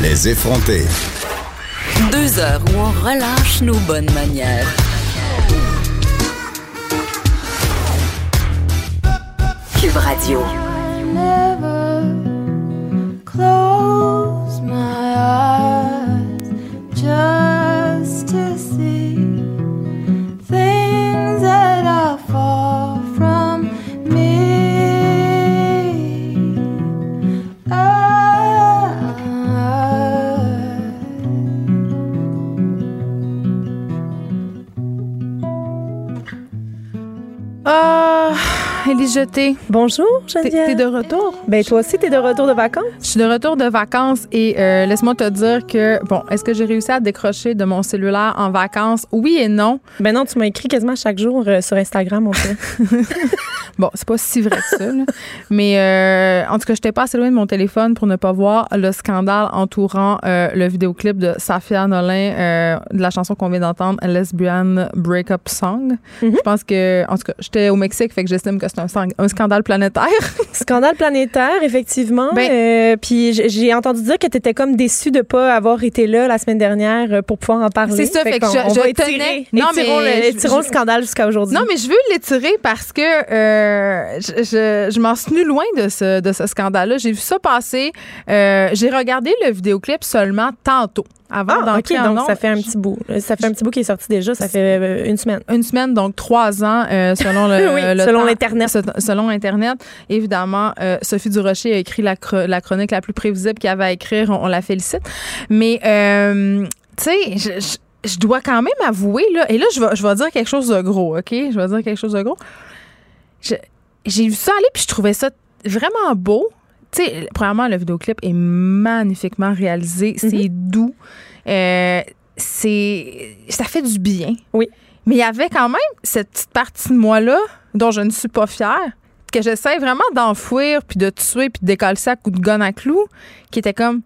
Les effronter. Deux heures où on relâche nos bonnes manières. Cube Radio. Never close my eyes just to see things that are far from me. Ah. I Ah, Élise Jeté, Bonjour, t'es Geneviève. t'es de retour. Ben toi aussi, t'es de retour de vacances? Je suis de retour de vacances et euh, laisse-moi te dire que, bon, est-ce que j'ai réussi à décrocher de mon cellulaire en vacances? Oui et non. Ben non, tu m'as écrit quasiment chaque jour euh, sur Instagram, on fait. Bon, c'est pas si vrai que ça, là. mais euh, en tout cas, j'étais pas assez loin de mon téléphone pour ne pas voir le scandale entourant euh, le vidéoclip de Safia Nolin euh, de la chanson qu'on vient d'entendre, Lesbian Breakup Song. Je pense que, en tout cas, j'étais au Mexique, fait que j'estime que c'est un, sang- un scandale planétaire. Scandale planétaire, effectivement. Ben- Euh, puis j- j'ai entendu dire que t'étais comme déçue de pas avoir été là la semaine dernière euh, pour pouvoir en parler. C'est ça, fait que qu'on- je- on je va tenais- étirer, Non, étirons mais le, je- étirons le je- scandale jusqu'à aujourd'hui. Non, mais je veux l'étirer parce que euh, je, je- je m'en suis tenue loin de ce, de ce scandale-là. J'ai vu ça passer. Euh, J'ai regardé le vidéoclip seulement tantôt, avant ah, ok, d'entrer en donc ondes. ça fait un petit bout. Euh, Ça fait un petit bout qui est sorti déjà, ça fait euh, une semaine. Une semaine, donc trois ans, euh, selon le, Oui, le selon temps- l'Internet. se- Selon Internet. Évidemment, euh, Sophie Durocher a écrit la, chro- la chronique la plus prévisible qu'il y avait à écrire. On, on la félicite. Mais, euh, tu sais, je, je- je dois quand même avouer, là, et là, je vais, je vais dire quelque chose de gros, OK? Je vais dire quelque chose de gros. Je- J'ai vu ça aller, puis je trouvais ça vraiment beau. Tu sais, premièrement, le vidéoclip est magnifiquement réalisé. Mhm. C'est doux. Euh, c'est ça fait du bien. Oui. Mais il y avait quand même cette petite partie de moi-là dont je ne suis pas fière, que j'essaie vraiment d'enfouir, puis de tuer, puis de décoller ça à coups de gonne à clous, qui était comme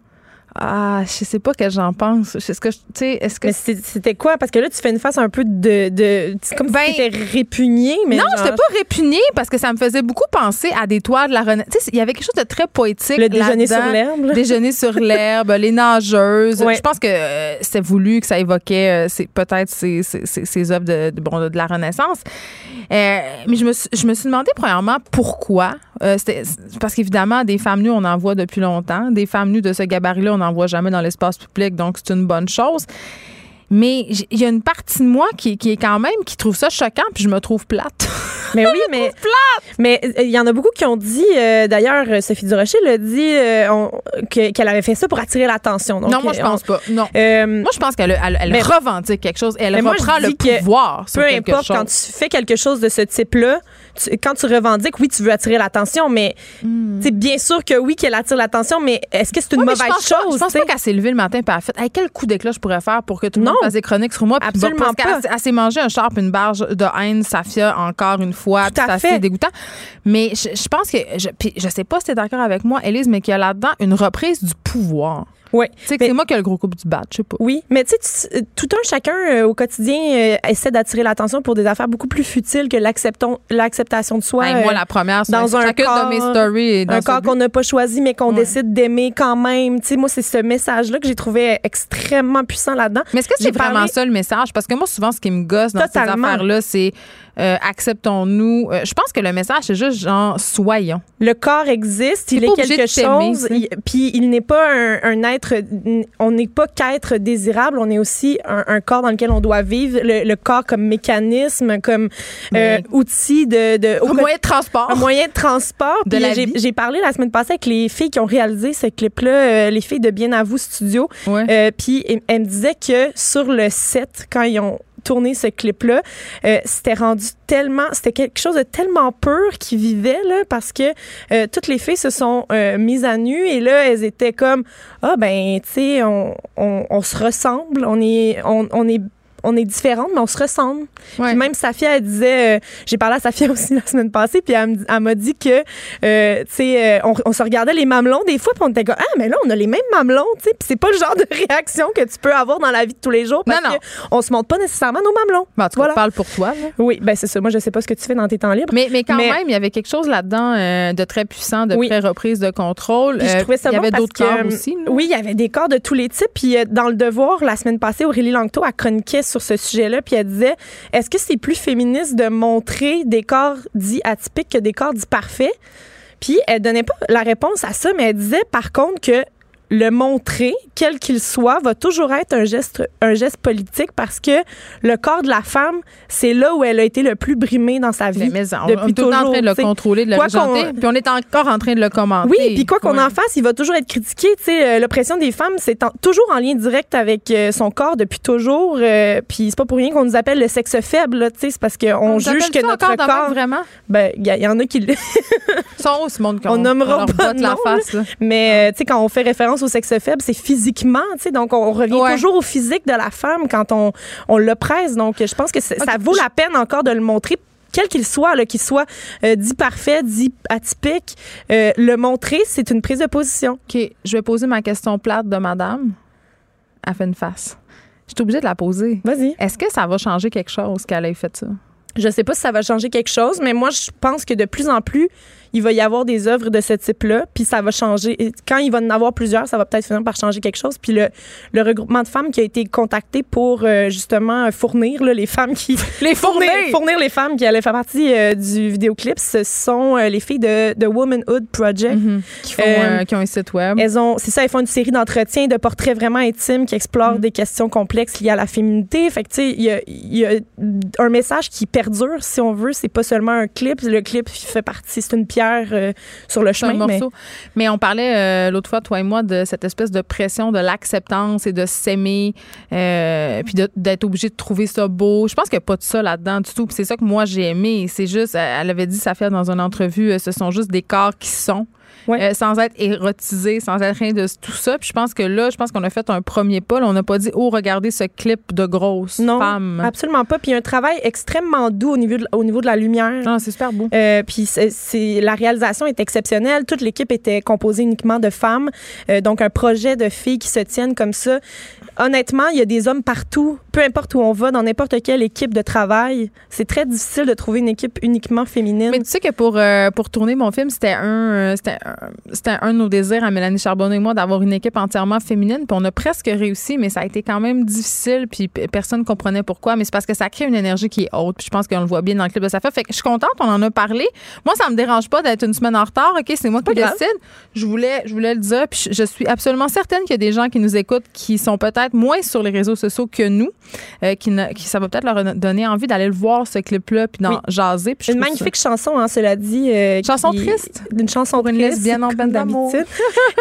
Ah, je sais pas que j'en pense. Est-ce que, je- tu sais, est-ce que. Mais c'est- c'était quoi? Parce que là, tu fais une face un peu de. de c'est comme Ben- si t'étais répugnée, mais. non, genre, j'étais pas répugnée parce que ça me faisait beaucoup penser à des toiles de la Renaissance. Tu sais, il y avait quelque chose de très poétique. Le déjeuner sur là-dedans. l'herbe. là. Déjeuner sur l'herbe, les nageuses. Ouais. Je pense que euh, c'était voulu que ça évoquait euh, ces- peut-être ces, ces, ces- ces œuvres de, de- bon, de la Renaissance. Euh, mais je me, suis, je me suis demandé, premièrement, pourquoi. Euh, c'était- c'est parce qu'évidemment, des femmes nues, on en voit depuis longtemps. Des femmes nues de ce gabarit-là, on n'en voit jamais dans l'espace public, donc c'est une bonne chose. Mais j- il y a une partie de moi qui, qui est quand même, qui trouve ça choquant, puis je me trouve plate. Mais oui, mais. Mais euh, il y en a beaucoup qui ont dit, euh, d'ailleurs, euh, Sophie Durocher l'a dit, euh, on- que- qu'elle avait fait ça pour attirer l'attention. Donc, non, moi, je euh, pense pas. Non. on- euh, Moi, je pense qu'elle elle, elle Mais- revendique quelque chose. Elle Mais moi, je reprend le dis que pouvoir sur peu quelque importe, chose. quand tu fais quelque chose de ce type-là, tu- quand tu revendiques, oui, tu veux attirer l'attention, mais tu sais, bien sûr que oui, qu'elle attire l'attention, mais est-ce que c'est une Hmm. Ouais, mais mauvaise je pense Pas, je chose? pense tu sais? pas qu'elle s'est levée le matin et elle a fait Hey, quel coup d'éclat je pourrais faire pour que tout le monde Non. fasse des chroniques sur moi. Puis Absolument parce qu'elle- pas. Elle, s'est mangée un sharp, une barge de haine, Safia, encore une fois. Tout à puis c'est fait. assez dégoûtant. Mais je, je pense que. Je, puis je sais pas si t'es d'accord avec moi, Elise, mais qu'il y a là-dedans une reprise du pouvoir. Oui. Tu sais, que Mais- c'est moi qui ai le gros coup du bat, je sais pas. Oui, mais tu sais, tu- tout un chacun euh, au quotidien euh, essaie d'attirer l'attention pour des affaires beaucoup plus futiles que l'accepton- l'acceptation de soi. Hey, euh, Ben, moi, la première, c'est- dans un chacune corps- de mes stories est dans un ce corps but. qu'on n'a pas choisi, mais qu'on Ouais. décide d'aimer quand même. Tu sais, moi, c'est ce message-là que j'ai trouvé extrêmement puissant là-dedans. Mais est-ce que J'ai c'est vraiment parlé- ça le message? Parce que moi, souvent, ce qui me gosse dans Totalement. ces affaires-là, c'est euh, acceptons-nous. Euh, je pense que le message, c'est juste genre soyons. Le corps existe, il pas est obligé quelque de t'aimer, tu chose, sais. il- puis il n'est pas un, un être, on n'est pas qu'être désirable, on est aussi un, un corps dans lequel on doit vivre, le, le corps comme mécanisme, comme euh, Mais- outil de, de au Au moyen de transport. un moyen de transport. De Puis la j'ai- vie. J'ai parlé la semaine passée avec les filles qui ont réalisé ce clip-là, euh, les filles de Bien à vous studio. Ouais. Euh, puis elle, elle me disait que sur le set, quand ils ont tourné ce clip-là, euh, c'était rendu tellement, c'était quelque chose de tellement pur qui vivait là, parce que euh, toutes les filles se sont euh, mises à nu et là elles étaient comme ah ben tu sais on, on, on se ressemble, on est on, on est on est différentes, mais on se ressemble. Ouais. Puis même Safia, elle disait, euh, j'ai parlé à Safia aussi la semaine passée, puis elle, me- elle m'a dit que, euh, tu sais, euh, on, on se regardait les mamelons des fois, puis on était comme, ah, mais là, on a les mêmes mamelons, tu sais, puis c'est pas le genre de réaction que tu peux avoir dans la vie de tous les jours, parce Non, non. que on se montre pas nécessairement nos mamelons. Ben, en tout cas, Voilà. parle pour toi. là. Oui, ben c'est ça. Moi, je sais pas ce que tu fais dans tes temps libres. Mais, mais quand Mais- même, il y avait quelque chose là-dedans euh, de très puissant, de Oui. très reprise de contrôle. Puis je Euh, trouvais ça Il y bon avait parce d'autres corps que, euh, aussi. là. Oui, il y avait des corps de tous les types. Puis euh, dans le devoir, la semaine passée, Aurélie Langto a chroniqué sur ce sujet-là. Puis elle disait Est-ce que c'est plus féministe de montrer des corps dits atypiques que des corps dits parfaits Puis elle donnait pas la réponse à ça, mais elle disait par contre que le montrer, quel qu'il soit, va toujours être un geste, un geste politique parce que le corps de la femme, c'est là où elle a été le plus brimée dans sa vie. Mais, mais on, on est depuis tout le temps en toujours, train de le t'sais. contrôler, de le Quoi régenter, qu'on- puis on est encore en train de le commenter. Oui, puis quoi qu'on Ah, ben, Ouais. en fasse, il va toujours être critiqué. Tu sais, euh, l'oppression des femmes, c'est en- toujours en lien direct avec euh, son corps depuis toujours. euh, puis c'est pas pour rien qu'on nous appelle le sexe faible. là, Tu sais, c'est parce qu'on nous juge appelle que ça notre encore dans le corps. même, vraiment. Ben, il y, a- y en a qui. le- Sont hauts, ce monde qu'on On nommera leur pas botte de la nom, face. là. Mais euh, tu sais, quand on fait référence au sexe faible, c'est physiquement. Tu sais, donc on, on revient Ouais. toujours au physique de la femme quand on on l'oppresse. Donc je pense que c'est- ça Ok, vaut je- la peine encore de le montrer. Quel qu'il soit, là, qu'il soit euh, dit parfait, dit atypique, euh, le montrer, c'est une prise de position. OK, je vais poser ma question plate de madame. Elle fait une face. Je suis obligée de la poser. Vas-y. Est-ce que ça va changer quelque chose qu'elle ait fait ça? Je sais pas si ça va changer quelque chose, mais moi, je pense que de plus en plus, il va y avoir des œuvres de ce type-là, puis ça va changer. Et Quand il va en avoir plusieurs, ça va peut-être finir par changer quelque chose. Puis le, le regroupement de femmes qui a été contacté pour euh, justement fournir là, les femmes qui... Les Fournir, fournir les femmes qui allaient faire partie euh, du vidéoclip, ce sont euh, les filles de The Womanhood Project. Mhm. Qui, font, Euh, euh, qui ont un site web. Elles ont, c'est ça, elles font une série d'entretiens, de portraits vraiment intimes qui explorent Mm. des questions complexes liées à la féminité. Fait que, tu sais, il y a, il y a un message qui perdure, si on veut. C'est pas seulement un clip. Le clip il fait partie, c'est une pierre euh, sur le C'est un chemin. mais- morceau. Mais, on parlait euh, l'autre fois, toi et moi, de cette espèce de pression de l'acceptance et de s'aimer, euh, puis de- d'être obligé de trouver ça beau. Je pense qu'il n'y a pas de ça là-dedans du tout. Puis c'est ça que moi, j'ai aimé. C'est juste, euh, elle avait dit, ça fait dans une entrevue, euh, ce sont juste des corps qui sont. Ouais. euh, sans être érotisés, sans être rien de tout ça. Puis je pense que là, je pense qu'on a fait un premier pas. Là, on n'a pas dit, oh, regardez ce clip de grosse non, femme. absolument pas. Puis il y a un travail extrêmement doux au niveau de, au niveau de la lumière. Non, c'est super beau. Euh, puis c'est- c'est- la réalisation est exceptionnelle. Toute l'équipe était composée uniquement de femmes. Euh, donc, un projet de filles qui se tiennent comme ça. Honnêtement, il y a des hommes partout. Peu importe où on va, dans n'importe quelle équipe de travail, c'est très difficile de trouver une équipe uniquement féminine. Mais tu sais que pour, euh, pour tourner mon film, c'était un, euh, c'était un, c'était un de nos désirs à Mélanie Charbonneau et moi d'avoir une équipe entièrement féminine. Puis on a presque réussi, mais ça a été quand même difficile. Puis p- personne comprenait pourquoi. Mais c'est parce que ça crée une énergie qui est haute. Puis je pense qu'on le voit bien dans le clip de Safa. Fait que je suis contente, on en a parlé. Moi, ça me dérange pas d'être une semaine en retard. OK, c'est moi qui pas grave. décide. Je voulais, je voulais le dire. Puis je, je suis absolument certaine qu'il y a des gens qui nous écoutent qui sont peut-être moins sur les réseaux sociaux que nous. euh, qui, ne- qui- ça va peut-être leur donner envie d'aller le voir, ce clip-là, puis d'en Oui. jaser. Puis je une trouve ça- magnifique chanson, hein, cela dit. euh, Chanson qui- triste. Une chanson Pour une triste, lesbienne en comme peine d'amour. d'habitude.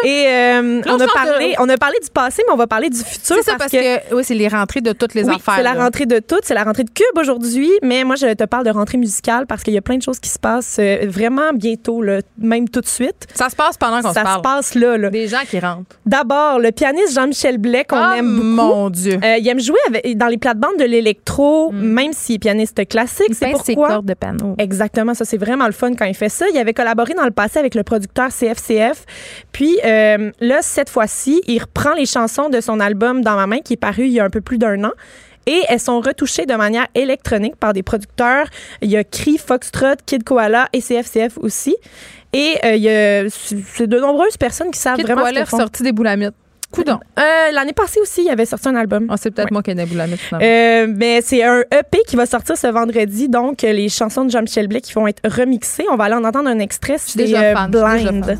Et euh, Là, on on, a change de- parlé, on a parlé du passé, mais on va parler du futur C'est ça, parce que, oui, c'est les rentrées de toutes les Oui, affaires. C'est la là. rentrée de toutes, c'est la rentrée de Cube aujourd'hui, mais moi je te parle de rentrée musicale parce qu'il y a plein de choses qui se passent euh, vraiment bientôt, là, même tout de suite. Ça se passe pendant qu'on Ça se parle. se passe là. là. Des gens qui rentrent. D'abord, le pianiste Jean-Michel Blais qu'on Ah, aime beaucoup. mon Dieu. Euh, il aime jouer avec- dans les plates-bandes de l'électro, même s'il est pianiste classique. Mm. Il Ben, C'est pince ses pourquoi cordes de panneau. Exactement, ça c'est vraiment le fun quand il fait ça. Il avait collaboré dans le passé avec le producteur CFCF. Puis euh, là, cette fois-ci, il reprend les chansons de son album Dans ma main qui est paru il y a un peu plus d'un an. Et elles sont retouchées de manière électronique par des producteurs. Il y a Cree, Foxtrot, Kid Koala et CFCF aussi. Et euh, il y a c'est c'est de nombreuses personnes qui savent Kid vraiment ce Koala qu'elles font. sorti des boulamites. Coudon. Euh, L'année passée aussi, il avait sorti un album. On c'est peut-être Ouais. moi qui ai des boulamites. finalement. Euh, mais c'est un EP qui va sortir ce vendredi. Donc, euh, les chansons de Jean-Michel Blais qui vont être remixées. On va aller en entendre un extrait. suis déjà C'est, euh, fan, je suis déjà Blind. fan.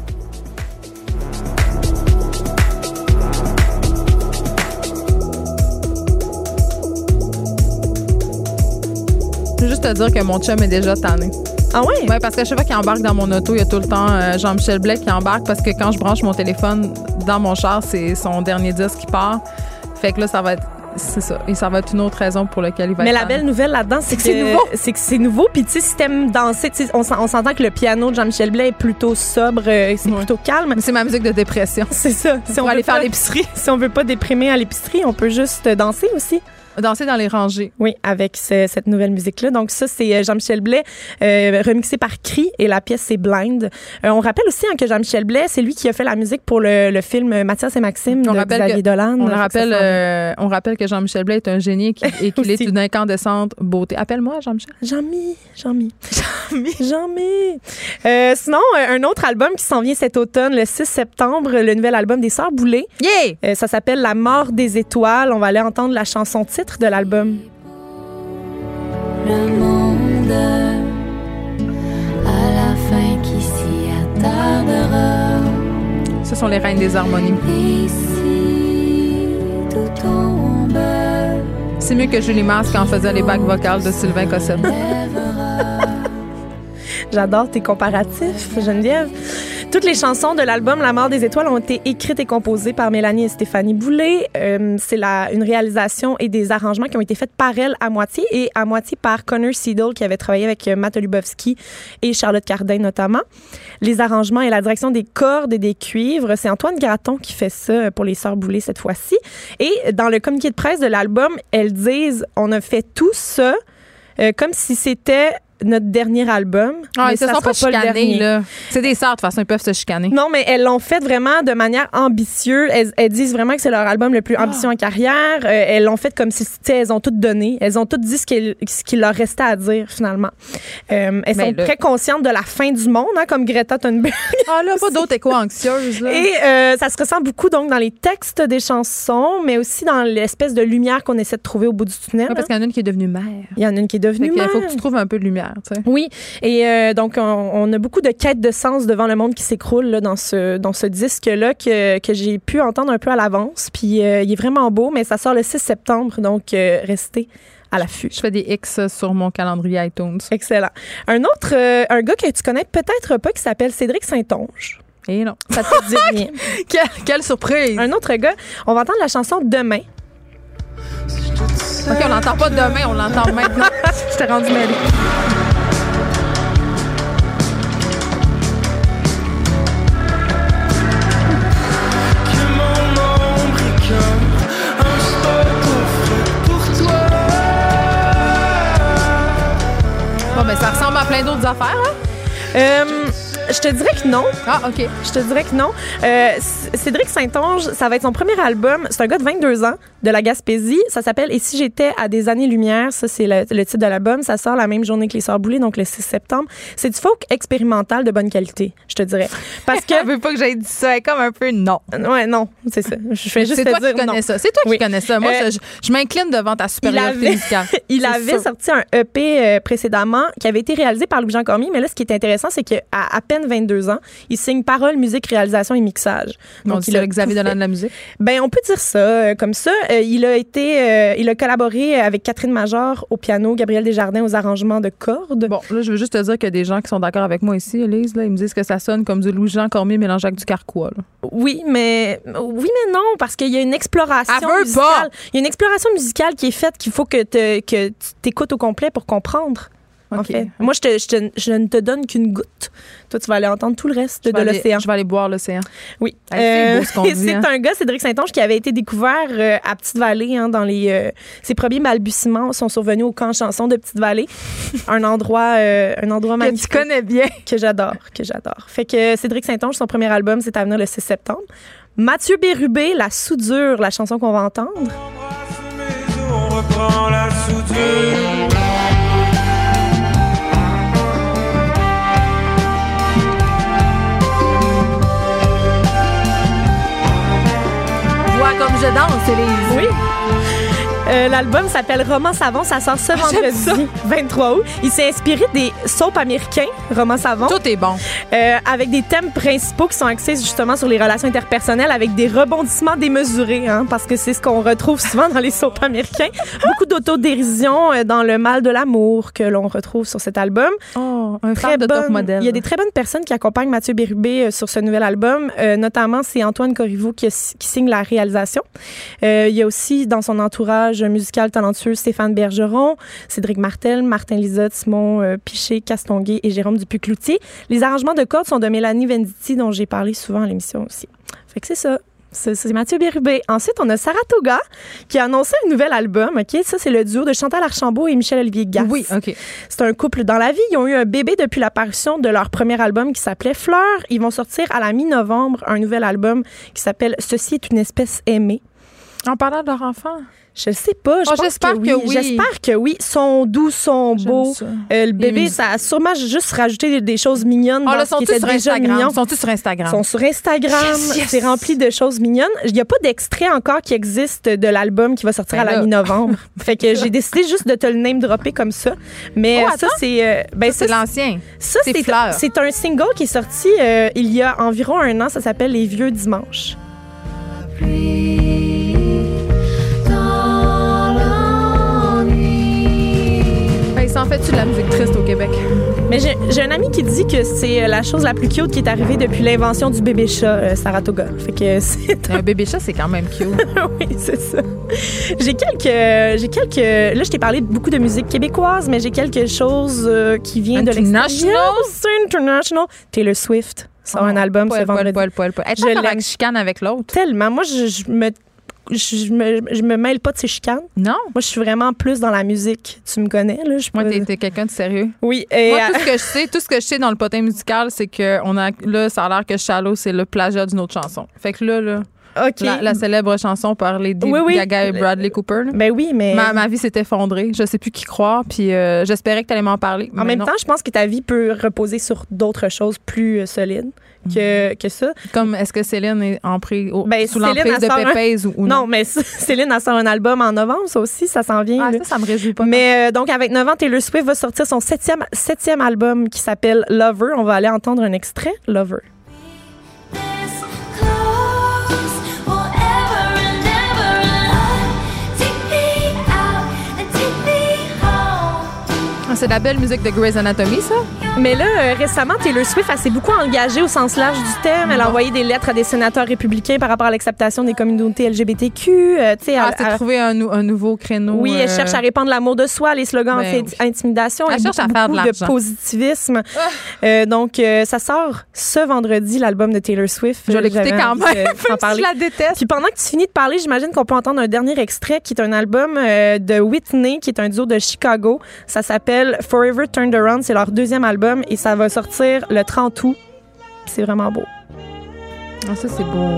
Je veux juste te dire que mon chum est déjà tanné. Ah ouais? Oui, parce que chaque fois qu'il embarque dans mon auto, il y a tout le temps euh, Jean-Michel Blais qui embarque parce que quand je branche mon téléphone dans mon char, c'est son dernier disque qui part. Fait que là, ça va être. C'est ça. Et ça va être une autre raison pour laquelle il va Mais être la tanné. belle nouvelle là-dedans, c'est que ben C'est nouveau. C'est que c'est nouveau. Puis, tu sais, si t'aimes danser, tu sais, on s'en- on s'entend que le piano de Jean-Michel Blais est plutôt sobre, euh, c'est Ouais. plutôt calme. Mais C'est ma musique de dépression. C'est ça. Si Pour veut aller faire pas- l'épicerie. Si on veut pas déprimer à l'épicerie, on peut juste danser aussi. Danser dans les rangées. Oui, avec ce- cette nouvelle musique-là. Donc ça, c'est euh, Jean-Michel Blais euh, remixé par Cri et la pièce c'est Blind. Euh, on rappelle aussi hein, que Jean-Michel Blais, c'est lui qui a fait la musique pour le, le film Mathias et Maxime On de rappelle Xavier que- Dolan. On Fait le que rappelle, ça sent- euh, on rappelle que Jean-Michel Blais est un génie et qu'il et qu'il est Aussi. une incandescente beauté. Appelle-moi Jean-Michel. Jean-Mi, Jean-Mi. Jean-Mi. Euh, sinon, euh, un autre album qui s'en vient cet automne, le 6 septembre, le nouvel album des Sœurs Boulay. Yeah! Euh, ça s'appelle La mort des étoiles. On va aller entendre la chanson titre de l'album. le monde à la fin qui s'y attardera. Ce sont les reines des harmonies. Ici, tout tombe, C'est mieux que Julie Mars quand on faisait les bacs vocales de Sylvain Cossette. J'adore tes comparatifs, Geneviève. Toutes les chansons de l'album La mort des étoiles ont été écrites et composées par Mélanie et Stéphanie Boulay. Euh, c'est la, une réalisation et des arrangements qui ont été faits par elle à moitié et à moitié par Connor Seidel qui avait travaillé avec euh, Matt Lubowski et Charlotte Cardin notamment. Les arrangements et la direction des cordes et des cuivres, c'est Antoine Gratton qui fait ça euh, pour les Sœurs Boulay cette fois-ci. Et dans le communiqué de presse de l'album, elles disent « On a fait tout ça euh, comme si c'était notre dernier album. Ah, mais ils se ça sont sera pas le dernier. chicanés, là. C'est des sœurs, de toute façon, ils peuvent se chicaner. Non, mais elles l'ont fait vraiment de manière ambitieuse. Elles, elles disent vraiment que c'est leur album le plus Ah. ambitieux en carrière. Euh, elles l'ont fait comme si tu sais, elles ont toutes donné. Elles ont toutes dit ce qu'il ce qu'il leur restait à dire finalement. Euh, elles Ben sont là. très conscientes de la fin du monde, hein, comme Greta Thunberg. Ah, là, pas d'autres éco-anxieuses, là. Et euh, ça se ressent beaucoup donc dans les textes des chansons, mais aussi dans l'espèce de lumière qu'on essaie de trouver au bout du tunnel. Ouais, parce hein. qu'il y en a une qui est devenue mère. Il y en a une qui est Fait devenue qu'il faut mère. que tu trouves un peu de lumière, tu sais. Oui, et euh, donc on, on a beaucoup de quêtes de sens devant le monde qui s'écroule là, dans ce dans ce disque là que, que j'ai pu entendre un peu à l'avance. Puis euh, il est vraiment beau, mais ça sort le 6 septembre, donc euh, restez à l'affût. Je fais des X sur mon calendrier iTunes. Excellent. Un autre, euh, un gars que tu connais peut-être pas qui s'appelle Cédric Saint-Onge. Et non. Ça te dit rien. Quelle, quelle surprise! Un autre gars. On va entendre la chanson Demain. OK, on l'entend pas demain, on l'entend maintenant. Je t'ai rendu mêlée. Que mon ombre est comme un spot offert pour toi. Bon, ben, ça ressemble à plein d'autres affaires, hein? Euh, je te dirais que non. Ah, OK. Je te dirais que non. Euh, C- Cédric Saint-Onge, ça va être son premier album. C'est un gars de 22 ans, de la Gaspésie. Ça s'appelle Et si j'étais à des années-lumière. Ça, c'est le, le titre de l'album. Ça sort la même journée que Les Sœurs Boulay, donc le 6 septembre. C'est du folk expérimental de bonne qualité, je te dirais. Parce que. euh, Elle veut pas que j'aie dit ça. Elle est comme un peu non. ouais, non, c'est ça. Je fais juste C'est te toi dire qui non. connais ça. C'est toi Oui. qui connais ça. Moi, Euh, je, je m'incline devant ta supériorité avait- musicale. Il C'est avait ça. sorti un EP euh, précédemment qui avait été réalisé par Louis-Jean Cormier, mais là, ce qui est intéressant, c'est qu'à à peine 22 ans, il signe paroles, musique, réalisation et mixage. Mon il Dieu, a le Xavier tout fait. Dolan de la musique. Ben on peut dire ça euh, comme ça. Euh, il a été, euh, il a collaboré avec Catherine Major au piano, Gabriel Desjardins aux arrangements de cordes. Bon, là, je veux juste te dire qu'il y a des gens qui sont d'accord avec moi ici, Elise. Là, ils me disent que ça sonne comme du Louis-Jean Cormier mélangé avec du carquois. là. Oui, mais oui, mais non, parce qu'il y a une exploration Elle veut musicale. pas. Il y a une exploration musicale qui est faite qu'il faut que te- que tu t'écoutes au complet pour comprendre. En OK. fait, moi, je, te- je te- je ne te donne qu'une goutte. Toi, tu vas aller entendre tout le reste Je de vais aller- l'océan. Je vais aller boire l'océan. Oui. Hey, c'est beau ce qu'on et dit, c'est hein. un gars, Cédric Saint-Onge, qui avait été découvert euh, à Petite-Vallée. hein, dans les, euh, ses premiers balbutiements sont survenus au camp chanson de Petite-Vallée. un endroit, euh, un endroit Que tu magnifique connais bien. que j'adore, que j'adore. Fait que Cédric Saint-Onge, son premier album, c'est à venir le 6 septembre. Mathieu Bérubé, La soudure, la chanson qu'on va entendre. Embrasse mes os, on reprend la soudure. Vois comme je danse, Elise. Oui. Euh, L'album s'appelle Roman Savon, ça sort Ah, ce vendredi 23 août. Il s'est inspiré des soaps américains, Roman Savon. Tout est bon. Euh, avec des thèmes principaux qui sont axés justement sur les relations interpersonnelles avec des rebondissements démesurés, hein, parce que c'est ce qu'on retrouve souvent dans les soaps américains. Beaucoup d'autodérision euh, dans le mal de l'amour que l'on retrouve sur cet album. Oh, un Très fan de top bonne- modèle. Il y a des très bonnes personnes qui accompagnent Mathieu Bérubé euh, sur ce nouvel album. Euh, notamment, c'est Antoine Corriveau qui, a- qui signe la réalisation. Euh, il y a aussi dans son entourage musical talentueux Stéphane Bergeron, Cédric Martel, Martin Lisotte, Simon euh, Piché, Castonguay et Jérôme Dupuis-Cloutier. Les arrangements de cordes sont de Mélanie Venditti, dont j'ai parlé souvent à l'émission aussi. Fait que c'est ça. C'est c'est Mathieu Bérubé. Ensuite, on a Saratoga qui a annoncé un nouvel album. OK? Ça, c'est le duo de Chantal Archambault et Michel Olivier Gass. Oui, OK. C'est un couple dans la vie. Ils ont eu un bébé depuis la parution de leur premier album qui s'appelait Fleur. Ils vont sortir à la mi-novembre un nouvel album qui s'appelle Ceci est une espèce aimée. En parlant de leur enfant. Je sais pas. Je Oh, pense j'espère que que oui. oui. J'espère que oui. Ils sont doux, sont J'aime beaux. ça. Euh, le bébé, musiques. ça a sûrement juste rajouté des, des choses mignonnes. Oh dans là, ce qui sont-ils était sur déjà mignon. Instagram? Sont-ils sur Instagram? Ils sont sur Instagram. Yes, yes. C'est rempli de choses mignonnes. Il n'y a pas d'extrait encore qui existe de l'album qui va sortir Ben à la là. mi-novembre. fait que j'ai décidé juste de te le name dropper comme ça. Mais Oh, euh, ça, c'est. euh, ben, Eh, C'est ça, l'ancien. ça, c'est c'est Fleur. c'est un single qui est sorti euh, il y a environ un an. Ça s'appelle Les Vieux Dimanches. dans l'ennui. Ben, ils s'en fait tu de la musique triste au Québec? Mais j'ai j'ai un ami qui dit que c'est euh, la chose la plus cute qui est arrivée depuis l'invention du bébé chat euh, Saratoga. Fait que c'est Un bébé chat, c'est quand même cute. oui, c'est ça. J'ai quelques, euh, j'ai quelques. Là, je t'ai parlé de beaucoup de musique québécoise, mais j'ai quelque chose euh, qui vient de International? l'extérieur. C'est international. Taylor Swift sort un album poil, ce vendredi. Poil, poil, poil, poil. Hey, Je tant qu'on l'aime. va que chicane avec l'autre. Tellement. Moi, je, je me, je, je me, je me mêle pas de ces chicanes. Non. Moi, je suis vraiment plus dans la musique. Tu me connais, là. Je Moi, peux- t'es t'es quelqu'un de sérieux. Oui. Et, Moi, tout ce que je sais, tout ce que je sais dans le potin musical, c'est que on a, là, ça a l'air que Shallow, c'est le plagiat d'une autre chanson. Fait que là, là euh, OK. la, la célèbre chanson par les Oui, oui. Gaga et Bradley Cooper, là. Ben oui, mais. Ma, ma vie s'est effondrée. Je sais plus qui croire, puis euh, j'espérais que t'allais m'en parler. En mais même non. temps, je pense que ta vie peut reposer sur d'autres choses plus euh, solides Mhm. que, que ça. Comme est-ce que Céline est en pré- au- Ben, sous Céline, l'emprise elle de sort un- Pépèze ou, ou non, mais Céline a sort un album en novembre, ça aussi, ça s'en vient. Ah, là. ça, ça me réjouit pas. Mais euh, donc, avec 9 ans, Taylor Swift va sortir son septième, septième album qui s'appelle Lover. On va aller entendre un extrait, Lover. This close forever and ever and I take me out and take me home. Ah, C'est de la belle musique de Grey's Anatomy, ça? Mais là, euh, récemment, Taylor Swift, elle s'est beaucoup engagée au sens large du terme. Elle a envoyé des lettres à des sénateurs républicains par rapport à l'acceptation des communautés LGBTQ. euh, tu sais, Ah, elle- c'est elle- trouver un, nou- un nouveau créneau. Oui, elle euh, cherche à répandre l'amour de soi, les slogans Ben oui. anti-intimidation. Elle cherche à beaucoup, faire de beaucoup l'argent. Ah. positivisme. Euh, donc, euh, ça sort ce vendredi, l'album de Taylor Swift. Je vais l'écouter J'avais quand envie de même, t'en même si parler. je la déteste. Puis pendant que tu finis de parler, j'imagine qu'on peut entendre un dernier extrait qui est un album euh, de Whitney, qui est un duo de Chicago. Ça s'appelle Forever Turned Around. C'est leur deuxième album et ça va sortir le 30 août. C'est vraiment beau. Ah, ça, c'est beau.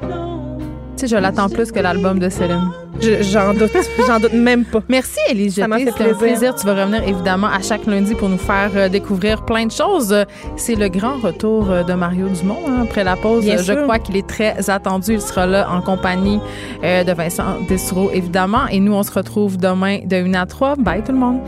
Tu sais, je l'attends plus que l'album de Céline. Je- J'en doute, j'en doute même pas. Merci, Élise Ça m'a Jeté. fait C'était un plaisir. plaisir. Tu vas revenir, évidemment, à chaque lundi pour nous faire euh, découvrir plein de choses. Euh, C'est le grand retour euh, de Mario Dumont hein, après la pause. Bien Euh, Je sûr. crois qu'il est très attendu. Il sera là en compagnie euh, de Vincent Dessereau, évidemment. Et nous, on se retrouve demain de 1 à 3. Bye, tout le monde.